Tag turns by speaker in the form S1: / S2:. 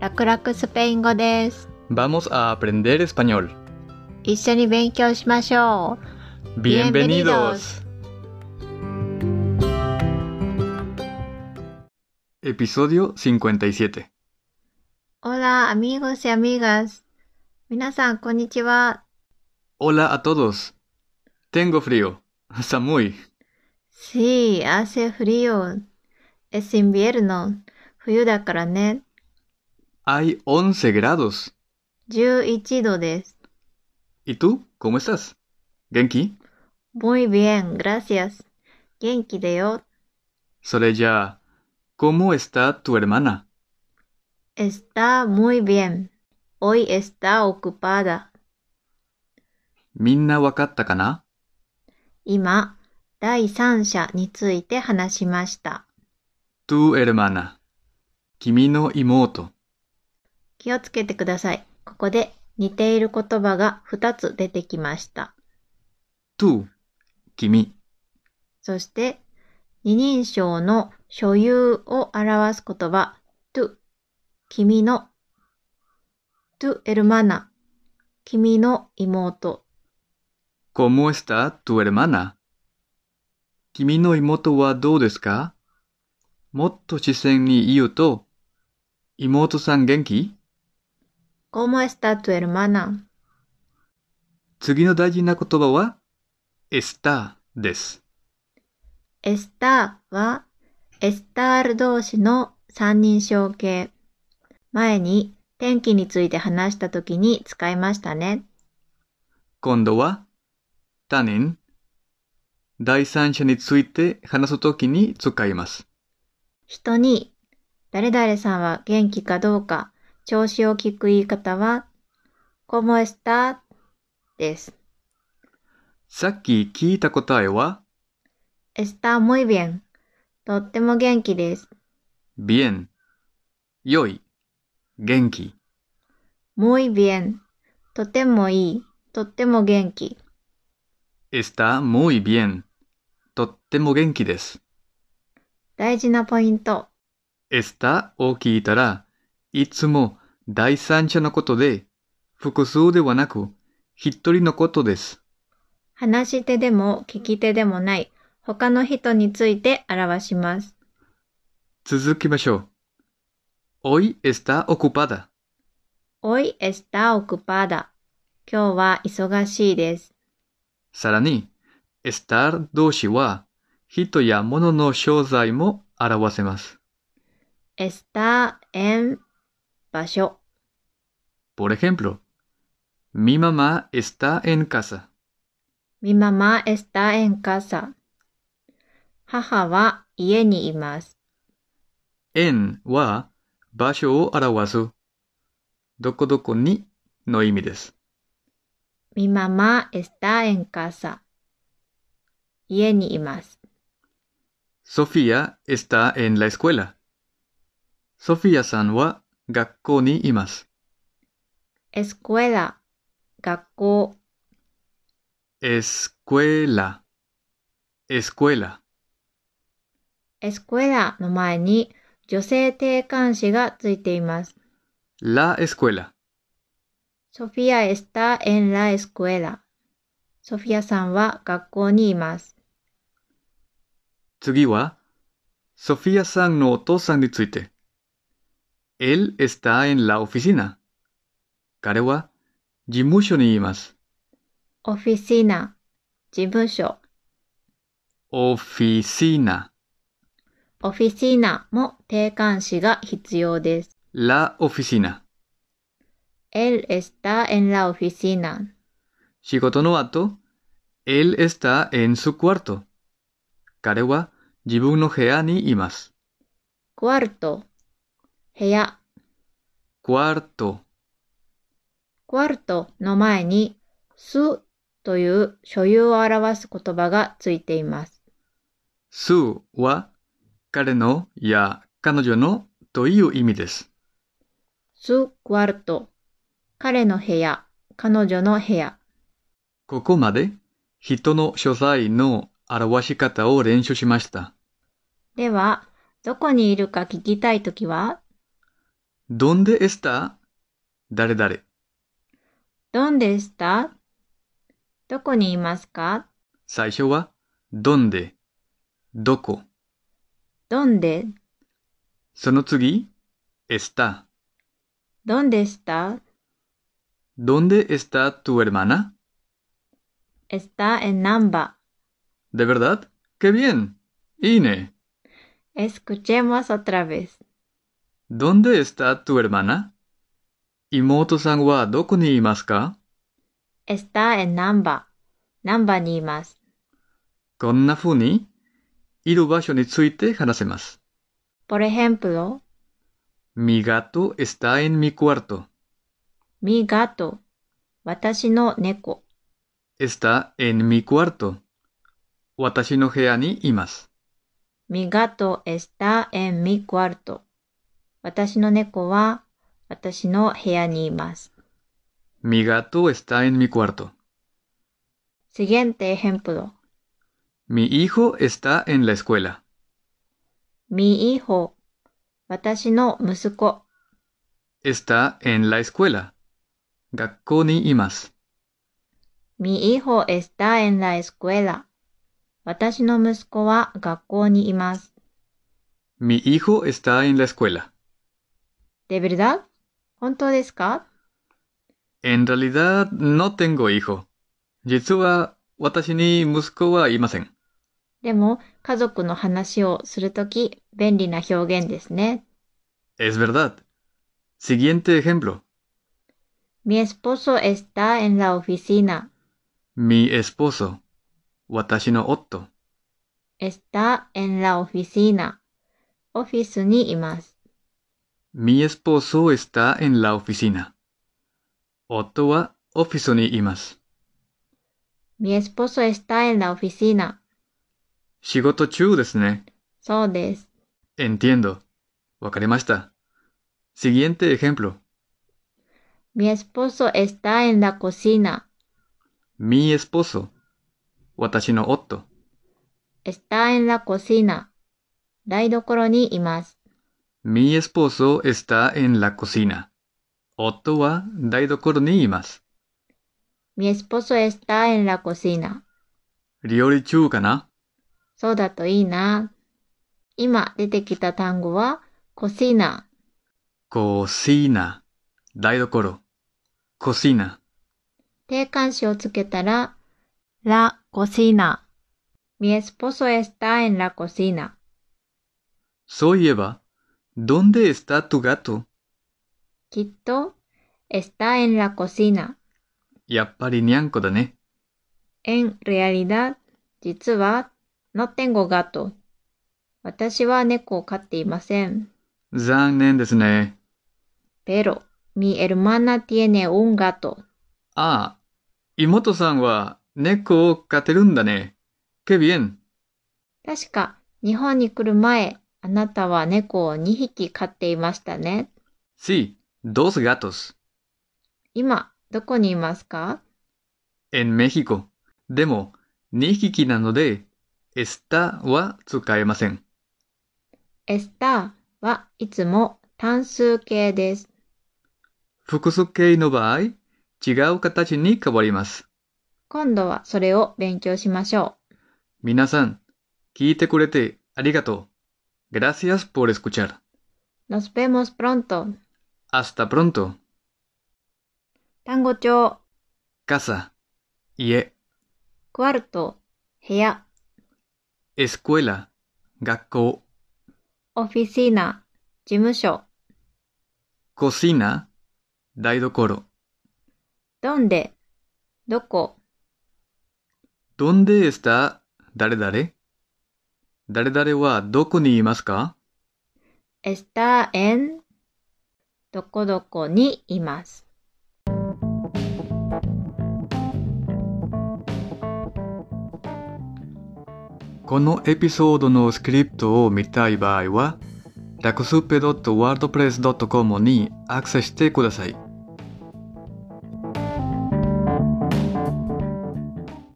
S1: 楽々スペイン語です。
S2: Vamos a aprender español.
S1: 一緒に勉強しましょう。
S2: Bienvenidos. Episodio 57.
S1: Hola amigos y amigas. 皆さん、こんにちは。
S2: Hola a todos. Tengo frío. Está muy.
S1: Sí, hace frío. Es invierno. 冬だからね。
S2: Hay 11 grados.
S1: 11度です。
S2: ¿Y tú? ¿Cómo estás? ¿Genki?
S1: Muy bien, gracias. Genki de yo.
S2: Soreya, ¿cómo está tu hermana?
S1: Está muy bien. Hoy está ocupada.
S2: ¿Minna wakatta kana?
S1: 今、第三者について話しました。
S2: Tu hermana. 君の妹。
S1: 気をつけてください。ここで似ている言葉が2つ出てきました。
S2: to 君。
S1: そして、二人称の所有を表す言葉 to 君の to hermana 君の妹。
S2: como está tu hermana? 君の妹はどうですかもっと視線に言うと、妹さん元気
S1: ¿Cómo está tu hermana?
S2: 次の大事な言葉は、está です。
S1: está は、estar 動詞の三人称形。前に天気について話したときに使いましたね。
S2: 今度は、他人、第三者について話すときに使います。
S1: 人に、誰々さんは元気かどうか、調子を聞く言い方は、como está です。
S2: さっき聞いた答えは、
S1: está muy bien。とっても元気です。
S2: bien。良い。元気。
S1: muy bien。とてもいい。とっても元気。
S2: está muy bien。とっても元気です。
S1: 大事なポイント。
S2: está を聞いたら、いつも第三者のことで、複数ではなく、一人のことです。
S1: 話し手でも聞き手でもない、他の人について表します。
S2: 続きましょう。hoy está ocupada。
S1: hoy está ocupada。今日は忙しいです。
S2: さらに、estar 動詞は、人や物の商材も表せます。
S1: está en 場所。
S2: Por ejemplo, mi mamá está en casa.
S1: Mi mamá está en casa. 母は家にいます。
S2: en は場所を表す。どこどこにの意味です。
S1: Mi mamá está en casa. 家にいます。
S2: Sofía está en la escuela. Sofía さんは学校にいます。
S1: escuela 学校
S2: escuela escuela
S1: escuela の前に女性定冠詞がついています。
S2: la escuela
S1: Sofía está en la escuela ソフィアさんは学校にいます。
S2: 次は、ソフィアさんのお父さんについて。él está en la oficina 彼は事務所にいます。
S1: オフィシナ、事務所。
S2: オフィシナ。
S1: オフィシナも定冠詞が必要です。
S2: La oficina。
S1: Él está en la oficina。
S2: 仕事の後、Él está en su cuarto。彼は自分の部屋にいます。
S1: cuarto、部屋。
S2: cuarto。
S1: クアルトの前に、すという所有を表す言葉がついています。
S2: すは、彼のや彼女のという意味です。
S1: すクアルト、彼の部屋、彼女の部屋。
S2: ここまで、人の所在の表し方を練習しました。
S1: では、どこにいるか聞きたいときは
S2: ¿Dónde está? Dare, dare.
S1: どんでしたどこにいますか
S2: 最初は、¿dónde? どこ。
S1: どんで、
S2: その次、está.
S1: どんでした
S2: ¿Dónde está tu hermana?
S1: Está en Namba.
S2: ¿De verdad? ¡Qué bien! Ine,
S1: Escuchemos otra vez.
S2: ¿dónde está tu hermana? ¿Imoto-san wa doko ni imasu ka?
S1: Está en Namba. Namba にいます。
S2: こんな風に、いる場所について話せます。
S1: Por ejemplo,
S2: Mi gato está en mi cuarto.
S1: mi gato. 私の猫。
S2: Está en mi cuarto. Watashi no hea ni imasu.
S1: mi gato está en mi cuarto. 私の猫は私の部屋にいます。
S2: Mi gato está en mi cuarto.
S1: Siguiente ejemplo.
S2: Mi hijo está en la escuela.
S1: mi hijo. 私の息子。
S2: Está en la escuela. Gakko ni imasu.
S1: mi hijo está en la escuela. 私の息子は学校にいます。
S2: Mi hijo está en la escuela.
S1: De verdad? 本当ですか
S2: En realidad no tengo hijo. Jitsu wa watashi ni musuko wa imasen.
S1: でも家族の話をするとき便利な表現ですね。
S2: Es verdad. Siguiente ejemplo.
S1: Mi esposo está en la oficina.
S2: Mi esposo. Watashi no otto.
S1: está en la oficina. オフィスにいます。
S2: Mi esposo está en la oficina. Otto wa ofiso ni imasu.
S1: mi esposo está en la oficina.
S2: Shigoto chu desu ne.
S1: そうです。
S2: Entiendo. Wakarimashita. Siguiente ejemplo.
S1: mi esposo está en la cocina.
S2: Mi esposo. Watashi no otto.
S1: está en la cocina. 台所にいます。
S2: Mi esposo está en la cocina. Otto wa daidokoro ni imasu.
S1: mi esposo está en la cocina.
S2: Ryori chu kana?
S1: そうだといいな。今出てきた単語は、コシナ
S2: Cocina. Daidokoro. Cocina.
S1: 定冠詞をつけたら、ラ・コシーナ。みえスポソエスタエン・ラ・コシーナ。
S2: Soy Eva. ¿Dónde está tu gato?
S1: きっと、エスタエン・ラ・コシーナ。
S2: Yappari nianko da ne.
S1: エン・レアリダ。実は、ノテンゴガト。私は猫を飼っていません。
S2: Zannen desu ne.
S1: pero, mi hermana tiene un gato.
S2: Ah, Imoto-san wa neko o katerun da ne. Qué bien.
S1: 確か、日本に来る前、あなたは猫を2匹飼っていましたね。
S2: Sí, dos gatos.
S1: 今、どこにいますか
S2: en México. Demo, nihiki nanode, está wa tsukaemasen.
S1: エスターはいつも単数形です。
S2: Fukusuke no baai, chigau katachi ni kawarimasu.
S1: 今度はそれを勉強しましょ
S2: Minasan, kiite kurete, arigato. Gracias por escuchar.
S1: う。Nos vemos pronto.
S2: Hasta pronto.
S1: 単語帳、
S2: Casa, ie,
S1: クワルト、部屋、
S2: escuela, gakko,
S1: オフィシーナ、事務所、
S2: cocina, daidokoro.
S1: どんで、どこ、
S2: ¿Dónde está dare dare? Dare dare wa doko ni imasu ka?
S1: エスターエン、どこどこにいます。
S2: このエピソードのスクリプトを見たい場合は、ラクスペ .wordpress.com にアクセスしてください。